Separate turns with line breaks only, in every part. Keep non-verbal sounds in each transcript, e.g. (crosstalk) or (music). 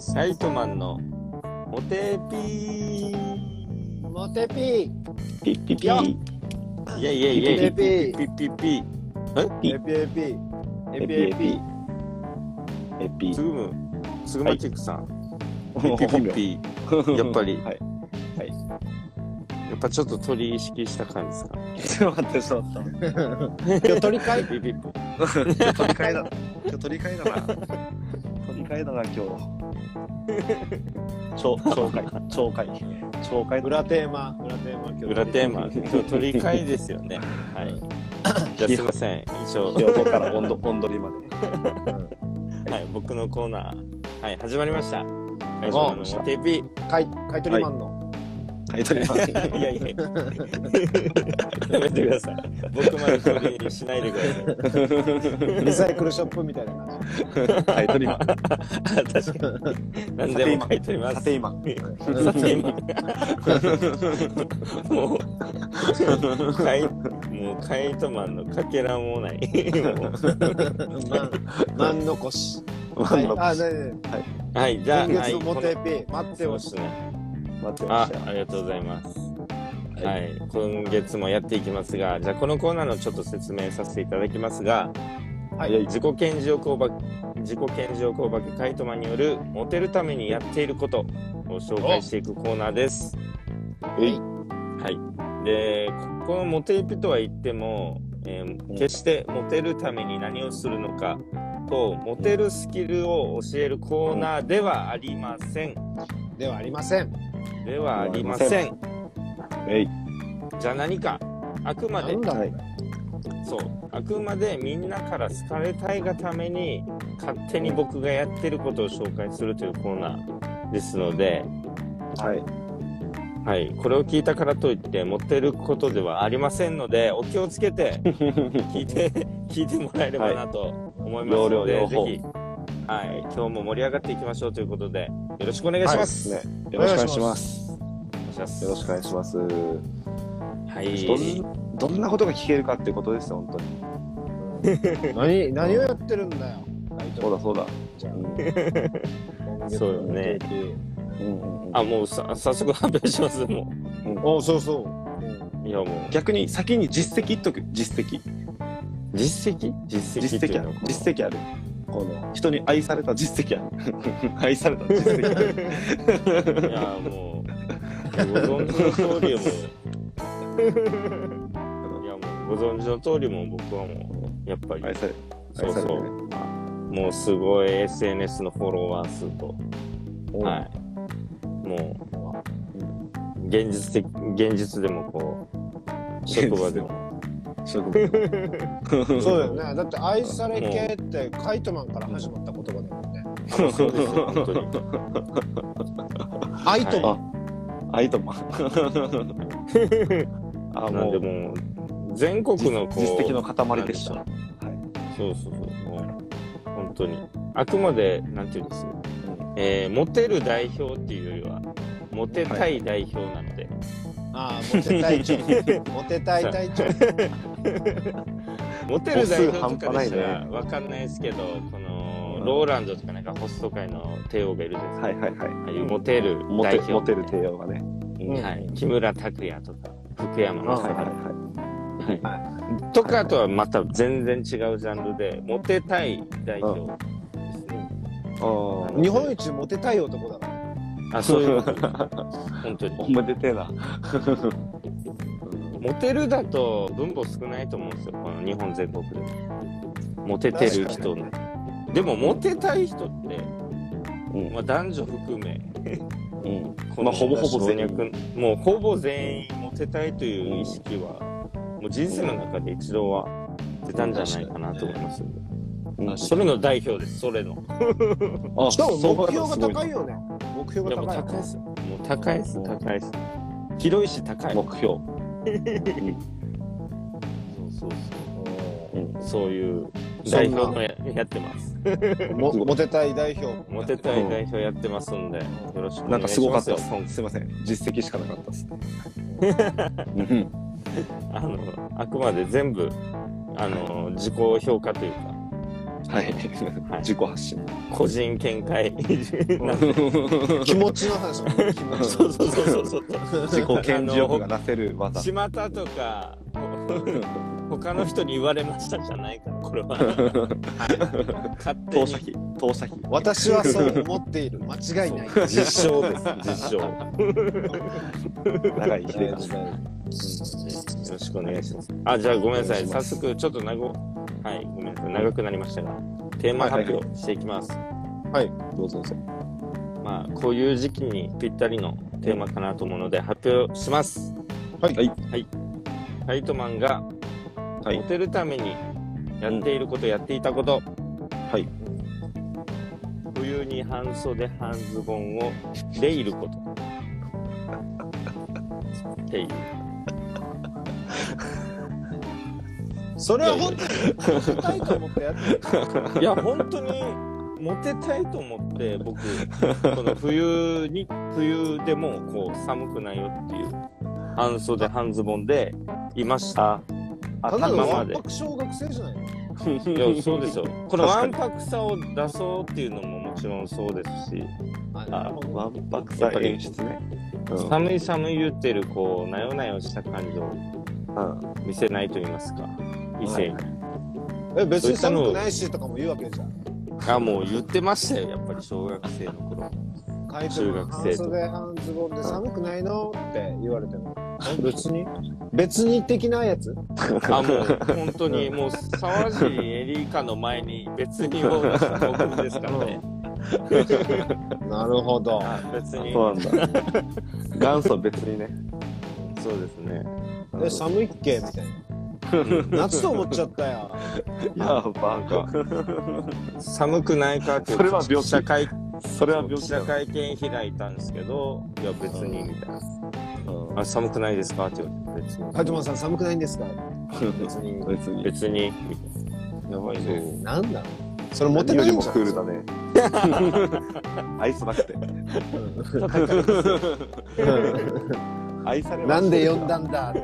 サイトマンのモテピー
モテピ
ピッピピ
よっ
ー。
イェイイェイイェイ
ーピ
ピッピッピー
ーエピエピエ
エ
ピ
ピ
エ
エ
ピ
ピ。エピ
つ。ぐむつぐまチェックさん、ピッピ
本
ッ
名
ピーやっぱり
はい。
ーやっぱちょっと取り意識した感じです
ち
か
ょっと待って、そうだっ
今日取り替え
ピッピッピー
た。今日取り替えだ。今日取り替えだな。取り替えだな、今日。超、超会。超会。超会。
裏テーマ裏テーマ今日
裏テーマ今日取り替えですよね (laughs) はいじゃあすいません以上
今日ここから温度、温度りまで。
はい、僕のコーナー、はい、始まりました。
い
始まりました。テピ。
買い買い取りマンの
はい、取りまで。
(laughs) いやいや。やめてください。僕まで取りしないでください。
リサイクルショップみたいな感じ
はい、取りまで。
(laughs)
確かに。何でも書いておりま
サ
す。
テイマン。
(laughs) さて
(laughs)
今。もう。カイ、もうカイトマンのかけらもない。も
マンマン残し
マ
は
ン
い
の。
あ
待
ねえね
うはい、じ
え
ゃあ、
今
は
月
い、
のモテピ待っ
この
て
そう
ほ
で
しい
すね。
ってま
あ
した、。
ありがとうございます。
は。
はいい、今月もやっていきますが、じゃあこのコーナーのちょっと説明させていただきますが、
はい
自己顕示欲をば自己顕示欲を化けカイトマンによるモテるためにやっていることを紹介していくコーナーです。
えい。
はい、でここのモテピとは言っても、えー決してモテるために何をするのかとモテるスキルを教えるコーナーではありません。
ではありません
ではありません。
えい。
じゃあ何かあくま
な
で
んだろう
そうあくまでみんなから好かれたいがために勝手に僕がやってることを紹介するというコーナーですので、
はい。
はい、これを聞いたからといってモテることではありませんのでお気をつけ
(laughs)
て聞いて聞いてもらえればなと思いますので、
はい
ぜひ、はい、今日も盛り上がっていきましょうということでよろしくお願いします。
ね。よろしくお願いします。
お願いし
よ
ま
ろしくお願いします。
すはい
どんどんなことが聞けるかってことですよ、本当に。
何何をやってるんだよ買い取
そ
り
うだ、そうだ。
じゃあ今月
そうよね
のモテ
う
ピ
んうんうん
あもうさ早速発表しますも
おそうそううん
ういやもう
逆に先に実績言っとく、実績。
実績実績
実
ってい
績
う
あ
の
る。実績ある。この人に愛された実績ある。 (laughs) 愛された実績ある。
いやもうご存知の通りよもういやもうご存知の通りもう僕はもうやっぱ
(laughs)
り
愛され、
そ
愛
う
され
そ
て
う
ね。
もうすごい SNS のフォロワー数と
お
はいもう現実的現実でもこう職場でも
(laughs) 職務 (laughs)
そうだよねだって愛され系ってカイトマンから始まった言葉だもんね
そうですよ本当に
愛とマン
愛と (laughs) ま。あ、
なん
も
で
う、
もう全国のこう
実績の塊でした。
な
は
んそうそうそうもう本当にあくまでなんていうんですえーモテる代表っていうよりはモテたい代表なので、
ああ、モテ隊長。モテ隊隊長。
モテ
歩
る代
数
表と
半
かで
端
した
ないね
らわかんないですけどこの
うん
ローランドとかなんかホスト界の帝王がいるじゃないですか、
いはいはい。
ああいうモテる
モ
代
テ
表
モテる帝王がね。うん
うん
はい、木村拓哉とか福山雅
はいはい
治、
は
とかとはまた全然違うジャンルでモテたい代表ですね、
い。ああ。
日本一モテたい男だから。
あそういう
(laughs)
ことです本当に
おめでてえな。
モテるだと分母少ないと思うんですよこの日本全国でモテてる人のでもモテたい人って、
(laughs) うん
まあ、男女含め
うん。
こ
ま
の
あほぼほぼ全員
老若もうほぼ全員モテたいという意識は、もう人生の中で一度は出たんじゃないかなと思います、
うん
それの代表ですそれの
あ
しかも目標が
そう
高いよね。目標
いや
が
もう高
高いよ
い
ね
で。すもう高いです高いです広いし高い
目標。う
そうそう
ん
そうそういう
そ
代
んな
表もややってます
もモテたい代表。
モテたい代表やってますんで、よろしくお
な
願
ん
い
か
し
す
ますよ。
ごかったです。すいません。実績しかなかったです。うん
あの、あくまで全部、あの、自己評価というか、
はい
はい。
自己発信。
個人見解。
気持ちの話気持ち
(laughs) そ
の
うそうそうそうそう。
(laughs) 自己顕示欲がなせる技。
(laughs) 巷とか他の人に言われましたじゃないから
(laughs)
これは勝手
投射
に
費。投射費。
(laughs) 私はそう思っている間違いない
実証です実証よ
長い秀和さん。
ろしくお願いしますあじゃあごめんなさい早速ちょっとなごはいごめんなさい長くなりましたがテーマ発表していきます、
どうぞどうぞ。
まあこういう時期にぴったりのテーマかなと思うので発表します
はい
はい
カイトマンが
はい
モテるためにやっていること、やっていたこと
はい
冬に半袖半ズボンをでい
(laughs)
ることっていう
それは本当にモテたいと思ってやってる
い (laughs) や本当にモテたいと思って僕この冬に冬でもこう寒くないよっていう半袖半ズボンでいました
あ、た
ただの
まあま
わ
あ
ん
で
ぱく小学生じゃないの
いやそうですよこの
確
わ
か
ん
に
ぱくさを出そうっていうのももちろんそうですし
あ
あ
わんぱくさ演出ね。うん
寒い寒い言ってるこうなよなよした感じを
うん
見せないと言いますか異性に、
え別に寒くないしとかも言うわけじゃん
あもう言ってましたよやっぱり小学生の頃
海斗が
中学生
半
とか
袖半ズボンで寒くないのって言われてもえ別に別に的なやつ
あもう本当にもう沢尻エリカの前に別にを出した僕ですからね
なるほど
あ別に
そうなんだ。元祖別にね。
そうですね
え寒いっけみたいな夏と思っちゃったよ
やばか。
寒くないかって
それは病気
記者会
それは病
記
気だ
者
よ。
会見開いたんですけどいや別にみたいな
うん
あ寒くないですかって言われて別に
カイトマンさん寒くないんですか別に
(laughs) 別に。
別にやばいね
なんだそれモテないんじゃん
何よりもクー
(laughs)
ルだね。愛さなくて。愛され
うん
はして
な
る
んで呼んだんだ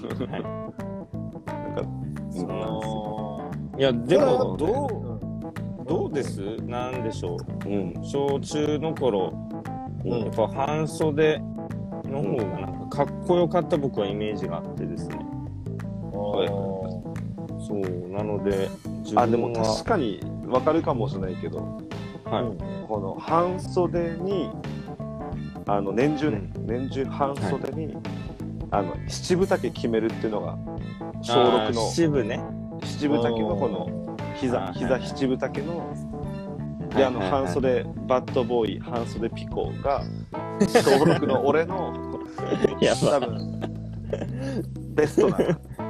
なんか、
そうなんですよ
こ
いやでも
れは
どうどうですなんでしょう
うん。
小中の頃、
うん
やっぱ半袖の方がなんかかっこよかった僕はイメージがあってですね
うん
そうなので自
あ、でも
分は
確かにわかるかもしれないけど、
はい、
この半袖に、あの、年中ね、年中半袖に、あの、七分丈決めるっていうのが、小6
あー
の
七分ね
七分丈のこの、膝
あー
膝
はい
七分丈のであの
はいはいはい
半袖バッドボーイ半袖ピコが小6の俺の
(laughs) やば
多分ベストな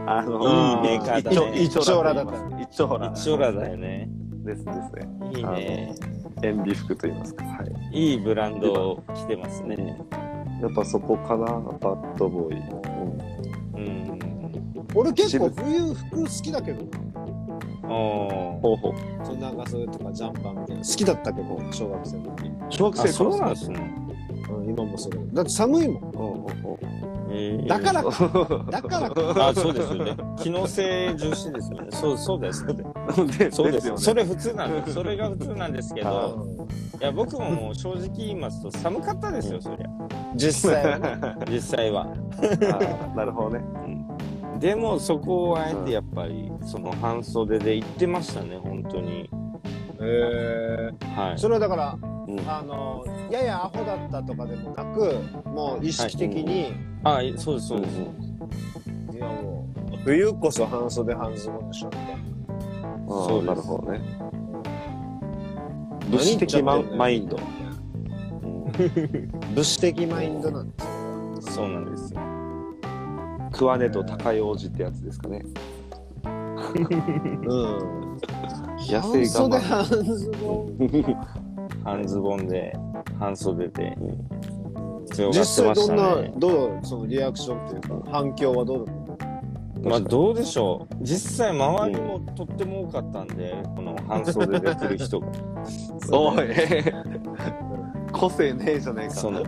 (laughs)
あ
い
の
いメーカーだね
一丁一丁羅
一丁羅だ
だ
った
った一丁羅
一緒らだよね
ですですね
いいね
塩ビ服と言いますか、はい、
いいブランドを着てますね
やっぱそこかなバッドボーイ、
うん
俺結構冬服好きだけどな
あ
ほうほう
その長袖とかジャンパーみたいな好きだったけど小学生の時
小学
ああそうなんですね、
うん今もそうだだって寒いもん
うんうんうん
えー
だからかだからか
(laughs) あそうですよね機能性重視ですよねそうそうだよそうだよ
で
そうで
ですすよね
それ普通なんですそれが普通なんですけ
あ
ど
ー
いや僕ももう正直言いますと寒かったですよそりゃ
(laughs)
実際はね
実際は
あーなるほどね
でもそこをあえてやっぱりその半袖で行ってましたね本当に
え
は
ー、
い
それはだから、
うん
あのややアホだったとかでもなくもう意識的に、
あいそうですそうです、
い、やもう冬こそ半袖半ズボンでしょみたいな
そう
そ
で
う
す
なるほどね物資的ママインド、
物資的マインドなんですよ
そうなんですよ
クワネと高い王子ってやつですかね
うん
野
半
生
袖
我
半ズボン
(laughs)
半ズボンで半袖で強が
実
ってま
際
し
ど
た
んな
ね
どうそのリアクションっていうか反響はどうだった
まあどうでしょう実際周りもとっても多かったんで、この半袖で来る
(laughs)
人が
慢おい個性ねえじゃねえか
その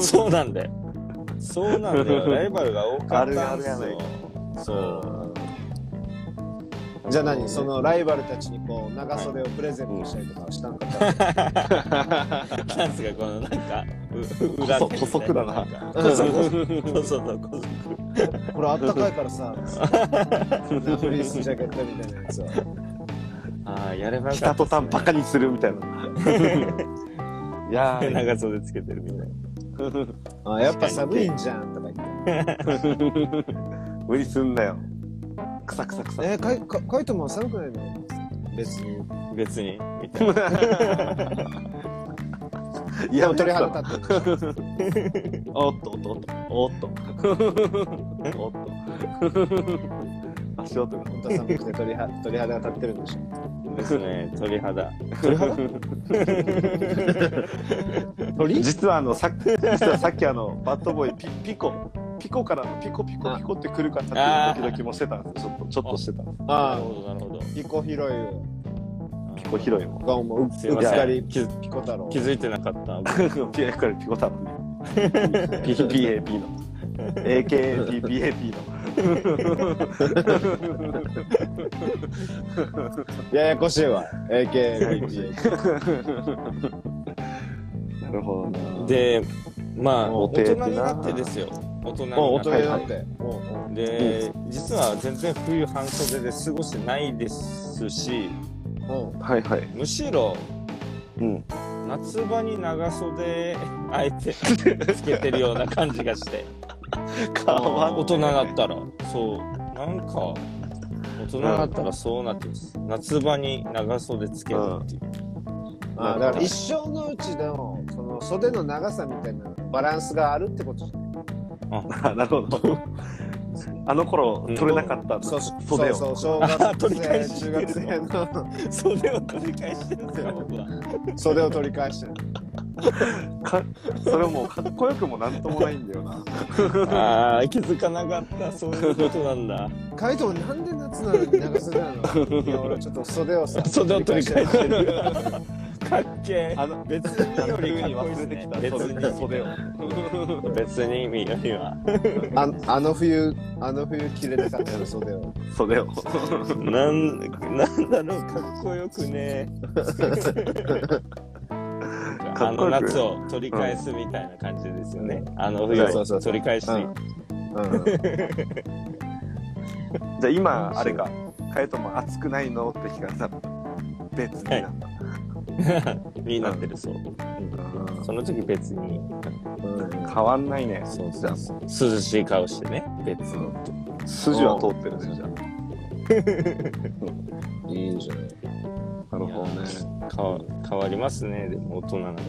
そうなんだよそうなんだよ。ライバルが多かったんです
あるあ
よ。
るやな
そう。
じゃあ何そのライバルたちにこう長袖をプレゼントしたりとかしたんか、
なんすかこのなんかう裏
こそこそくだな
こそこそこそこそ
これあったかいから (laughs) さフリースジャケットみたいなやつを
ああやればよか
北
った
と丹バカにするみたいな。いやー、
長袖つけてるみたい
あやっぱ寒いんじゃんとか言って
無理すんなよ。くさくさくさ。
えー、かいかカイトも寒くないの別に
な別にみたいない
で
や
も鳥
や
肌立ってる
おっとおっとおっとおっと足音が
本当は寒くて鳥肌鳥肌が立ってるんでしょ
ですね鳥肌
鳥
実はあのさ実はさっきあのバッドボーイピピコピコからのピコピコピコってくるかなっていうドキドキもしてたんですよちょっとちょっとしてたんです
なる
あ
ほどなるほど
あピコ拾いを
ピコ広いも
がもうううっ
すいません
かりピコ太郎
気づいてなかった
ピコからピコタブね PAP の AKPPAP の
ややこしい (laughs) わ AKBP
なるほどな
でまあ
お
大人
手
に
手な
なってですよ大人に
お
な
大
っ
大人
て
になって
で実は全然冬半袖で過ごしてないですし
うんうん
はいはい
むしろ
うん
夏場に長袖あえてつけてるような感じがして
かわ
大人だったらそうなんか大人だったらそうなってます夏場に長袖つけるっていう、
あーだから一生のうちのその袖の長さみたいなバランスがあるってことじゃない
あなるほど。あの頃取れなかったんだ
そう
袖を。
そうそう小 (laughs)
あー
学
取り返
生
して
中
るの
学生の
袖を取り返してるんですよ僕は (laughs)
袖を取り返してる
かそれもうかっこよくもなんともないんだよな。
あー気づかなかったそういうことなんだ
カイトもなんで夏なのに長袖なのいや俺ちょっと袖をさ
袖を取り返してるかっけえ
あの
別によりかっこいい
忘れて
で
き
す
た
ね別
袖
に
袖を。
別に意味よりは
ああの冬あの冬着れなかったの袖を
袖を。
なんなんだろうかっこよくねあの夏を取り返すみたいな感じですよね、あの冬
そうそうそ
を
う
取り返し
うんうん
じゃあ今あれか。カエトも熱くないのって聞かれたら別になんだ。
になってるそう、
うん
その時別に
うん
変わんないね。
そう
じゃあ
涼しい顔してね別に
筋は通ってるねじゃあ。
いいんじゃない
なるほどね。
変わ変わりますねでも大人なんだ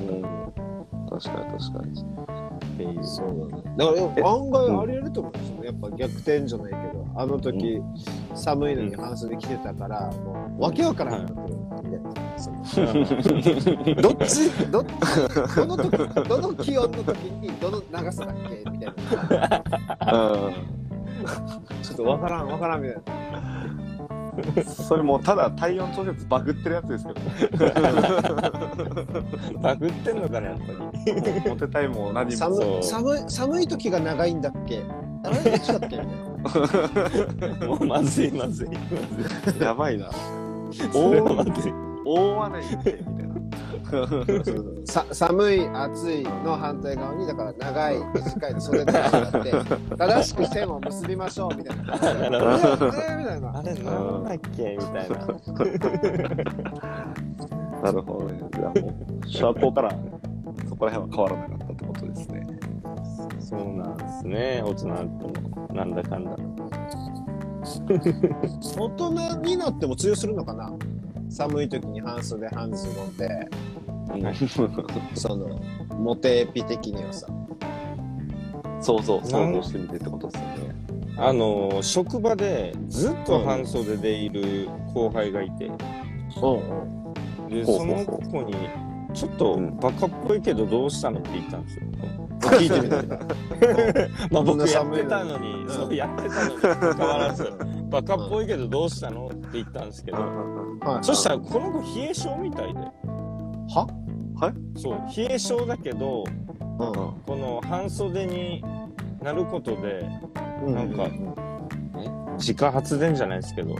確かに確かに。
っていう
そうだね。だから案
うん
外ありえると思うんですよ。やっぱ逆転じゃないけど、あの時、寒いのに半袖着てたから、もうわけわからんくなってるみたい
(laughs)
な。そのどっち、どっち、どの時、どの気温の時にどの長さだっけみたいな。ちょっとわからんわからんみたい
うん。それもうただ体温調節バグってるやつですけど。
バグってんのかなやっぱり
モテたいも何
な。
も。
そう
寒い、寒い、寒い時が長いんだっけ長い時だっけみたいな。
もうまずいまずい
やばい (laughs) な。
それはまずい
大雨にってみたいな。
そう (laughs) さ寒い暑いの反対側にだから長い短いの袖とかがあ (laughs) って正しく線を結びましょうみたい
な
な。
る
あ
ほど
れあれみたいな
あれなんだっけみたいな
(laughs) なるほどね。じゃあもう、シャーポーからそこら辺は変わらなかったってことですね。
そうなんですね大人ってもなんだかんだ
大人になっても通用するのかな寒い時に半袖半ズボンでそのモテエピ的にはさ
想像、想像してみてってことですよね。
あの職場でずっと半袖でいる後輩がいて、
うん
で
ほう
そ
ほう
の
ほう
子に「ちょっと
うん
バカっぽいけどどうしたの?」って言ったんです
(laughs)
よ。聞いてみた
(laughs)
らまあ
こんな
僕やっ
寒い
てた
の
のに、
うん
そうやってたのに変わらず「バカっぽいけどどうしたの?」って言ったんですけど、
うん。
そした
ら
らこの子冷え性みたいで
は
そう冷え性だけど
うん
この半袖になることで
うん
なんか自家発電じゃないですけど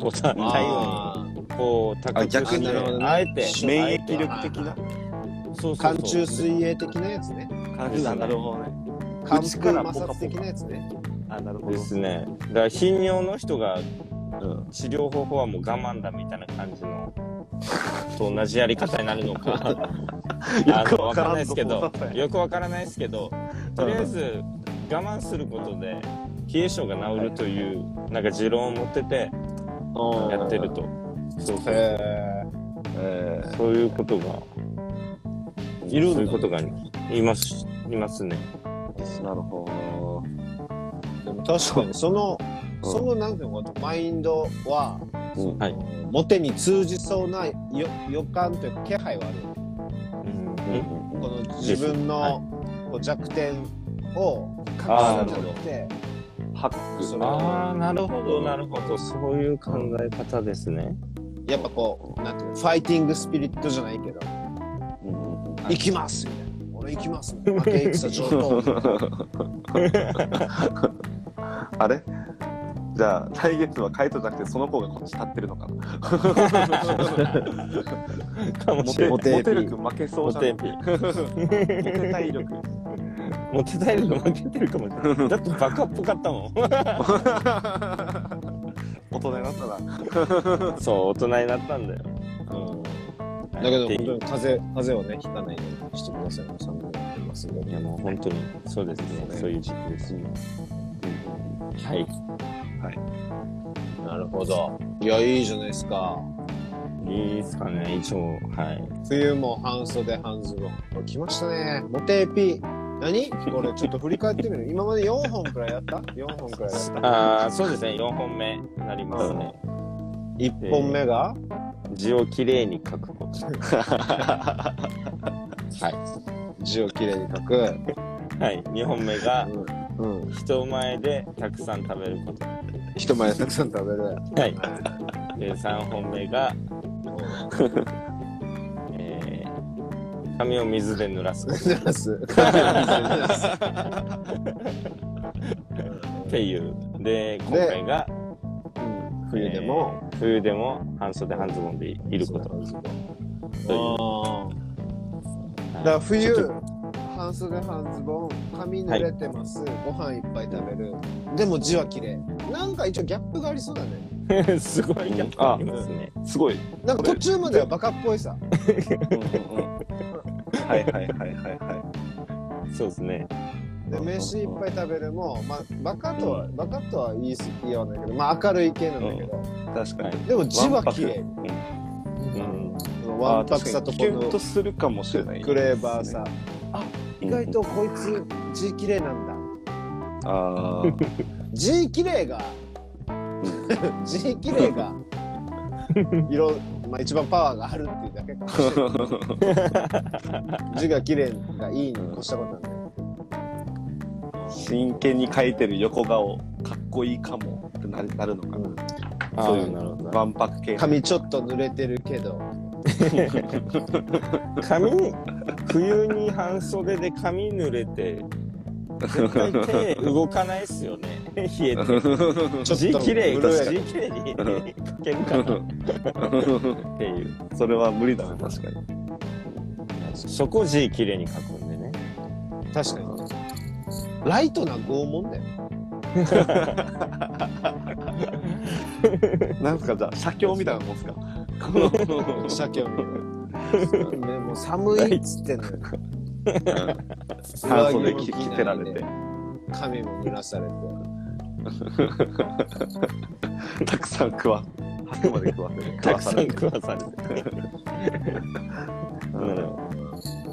と体温
あ
をこう高
あ
くして
逆になるほどね
あえて
免疫力的
は
な
そうそうそう
寒中水泳的なやつね
感じ
うわなる
ほどね。
寒
内
風
から
摩擦的なやつね
あ、なるほ
で
ど。
すねだから頻尿の人が
うん
治療方法はもう我慢だみたいな感じのと同じやり方になるのかあのわからないですけどよくわからないですけどとりあえず我慢することで冷え性が治るというなんか持論を持っててやってるとそうそう
へ
えー
そういうことがいるそういうことがいますいますね
なるほ
ーでも確かにその
うん
そのなんていうのかなマインドは
ど。うん
はい、
モテに通じそうなよ予感というか気配はあるよね
うん
この自分のこう弱点を
あー
隠すんじゃなくて
ハッ
そ
ク。
の
ああなるほどなるほどそういう考え方ですね
やっぱこうなんていうのファイティングスピリットじゃないけど
うん
行きますみたいな俺行き (laughs) ますみたいな負け戦上 (laughs) 等
(laughs) あれじゃあ来月はカイトじゃなくてその子がこっち立ってるのかな
かも
モ
し
テ
れない
モテ力
モテ
負けそう
モ
じゃないモ
テピ
テ体力
モテ体力負けてるかもしれない (laughs) だってバカっぽかったもん
大人になったな
(laughs) そう大人になったんだよ
だけど本当に風邪風邪をねひかないようにしてくださいね寒くなってますんで
いやもう本当にそうですねそういう時期ですねはい
なるほどいやいいじゃないですか
いいですかね以上はい
冬も半袖半ズボンこれ来ましたねモテピ何これちょっと振り返ってみる今まで4本くらいやった4本くらいやった
ああそうですね4本目になりますね、
1本目が、
字をきれいに書く (laughs) こと
字をきれいに書く。
はい2本目が
うん。
人前でたくさん食べること
人前でたくさん食べる。
はいで3本目が、えー髪を水で濡らすこ
濡らす。
とっていうで今回が
冬でも。
えー冬でも半袖半ズボンでいること
と
はい
だから
ち
冬
ょっと、
半袖半ズボン、髪濡れてます、ご飯いっぱい食べる。でも字は綺麗。なんか一応ギャップがありそうだね。
すごいギャップありますね。
すごい
なんか途中まではバカっぽいさ。
はいはいはいはいは
そうですね。
で飯いっぱい食べるも、まあ、バカとは、バカとは言い過ぎはないけど、まあ明るい系なんだけど、
い確かに
でも字は綺麗。
うん、
そのわんぱくさと
あー確かに
こ
キュンと
の
するかもしれない
クレーバーさ。
うん
意外とこいつ字綺麗なんだ
あ (laughs) ー
字綺麗が字綺麗が色、まあ、一番パワーがあるっていうだけかもしれない字が綺麗がいいに越したことはない
真剣に描いてる横顔かっこいいかもってななるのかなそういう
なるほど。
わんぱく系
髪ちょっと濡れてるけど
髪、冬に半袖で髪濡れて、絶対手動かないっすよね。冷えて。
ちょっ
字
と
綺麗
震えが
字綺麗に書けるかなっていう。
それは無理だね確かに
そこ字綺麗に書くんでね。
確かにライトな拷問だよ
なんすかじゃあ写経みたいなもんすかこ
社協みたいなねもう寒いっつってんのよ
の半袖着着てられて
髪も濡らされて
たくさん食わ吐くまで食わせる
たくさん
食
食わされて。
わされるうん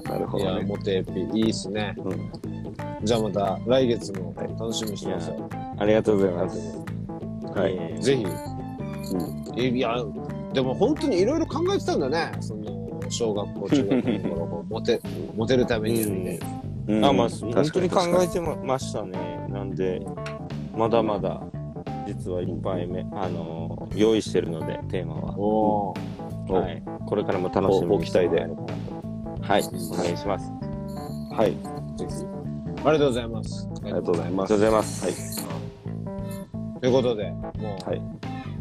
なるほ
い
ど
や
ね
モテエピいいっすね
うん
じゃあまた来月も楽しみにしてください。
ありがとうございます。
はい
えー
ぜひ。えいや、でも本当にいろいろ考えてたんだね。その小学校、中学校の頃、こうモテ、モテるためにやみたいな。
うん
あまあ、
確
本
か
当に考
確か
えてまましたね。なんで、まだまだ、実は1杯目、あのー用意してるので、テーマは。
お
お
はい。これからも楽しみ
お
に
ご期待で
してもらえればなとはい、お願いします。
はい
ぜひ。
ま
ありがとうございます。
りがとうございます。
ありがとうございます
はい。
ということで、もう、
はい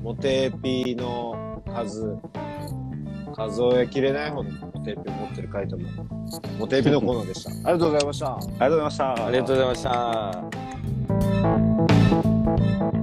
モテピの数、数えきれないほどモテピを持ってる回答も、モテピのコーナーでした。ありがとうございました。
ありがとうございました。
ありがとうございました。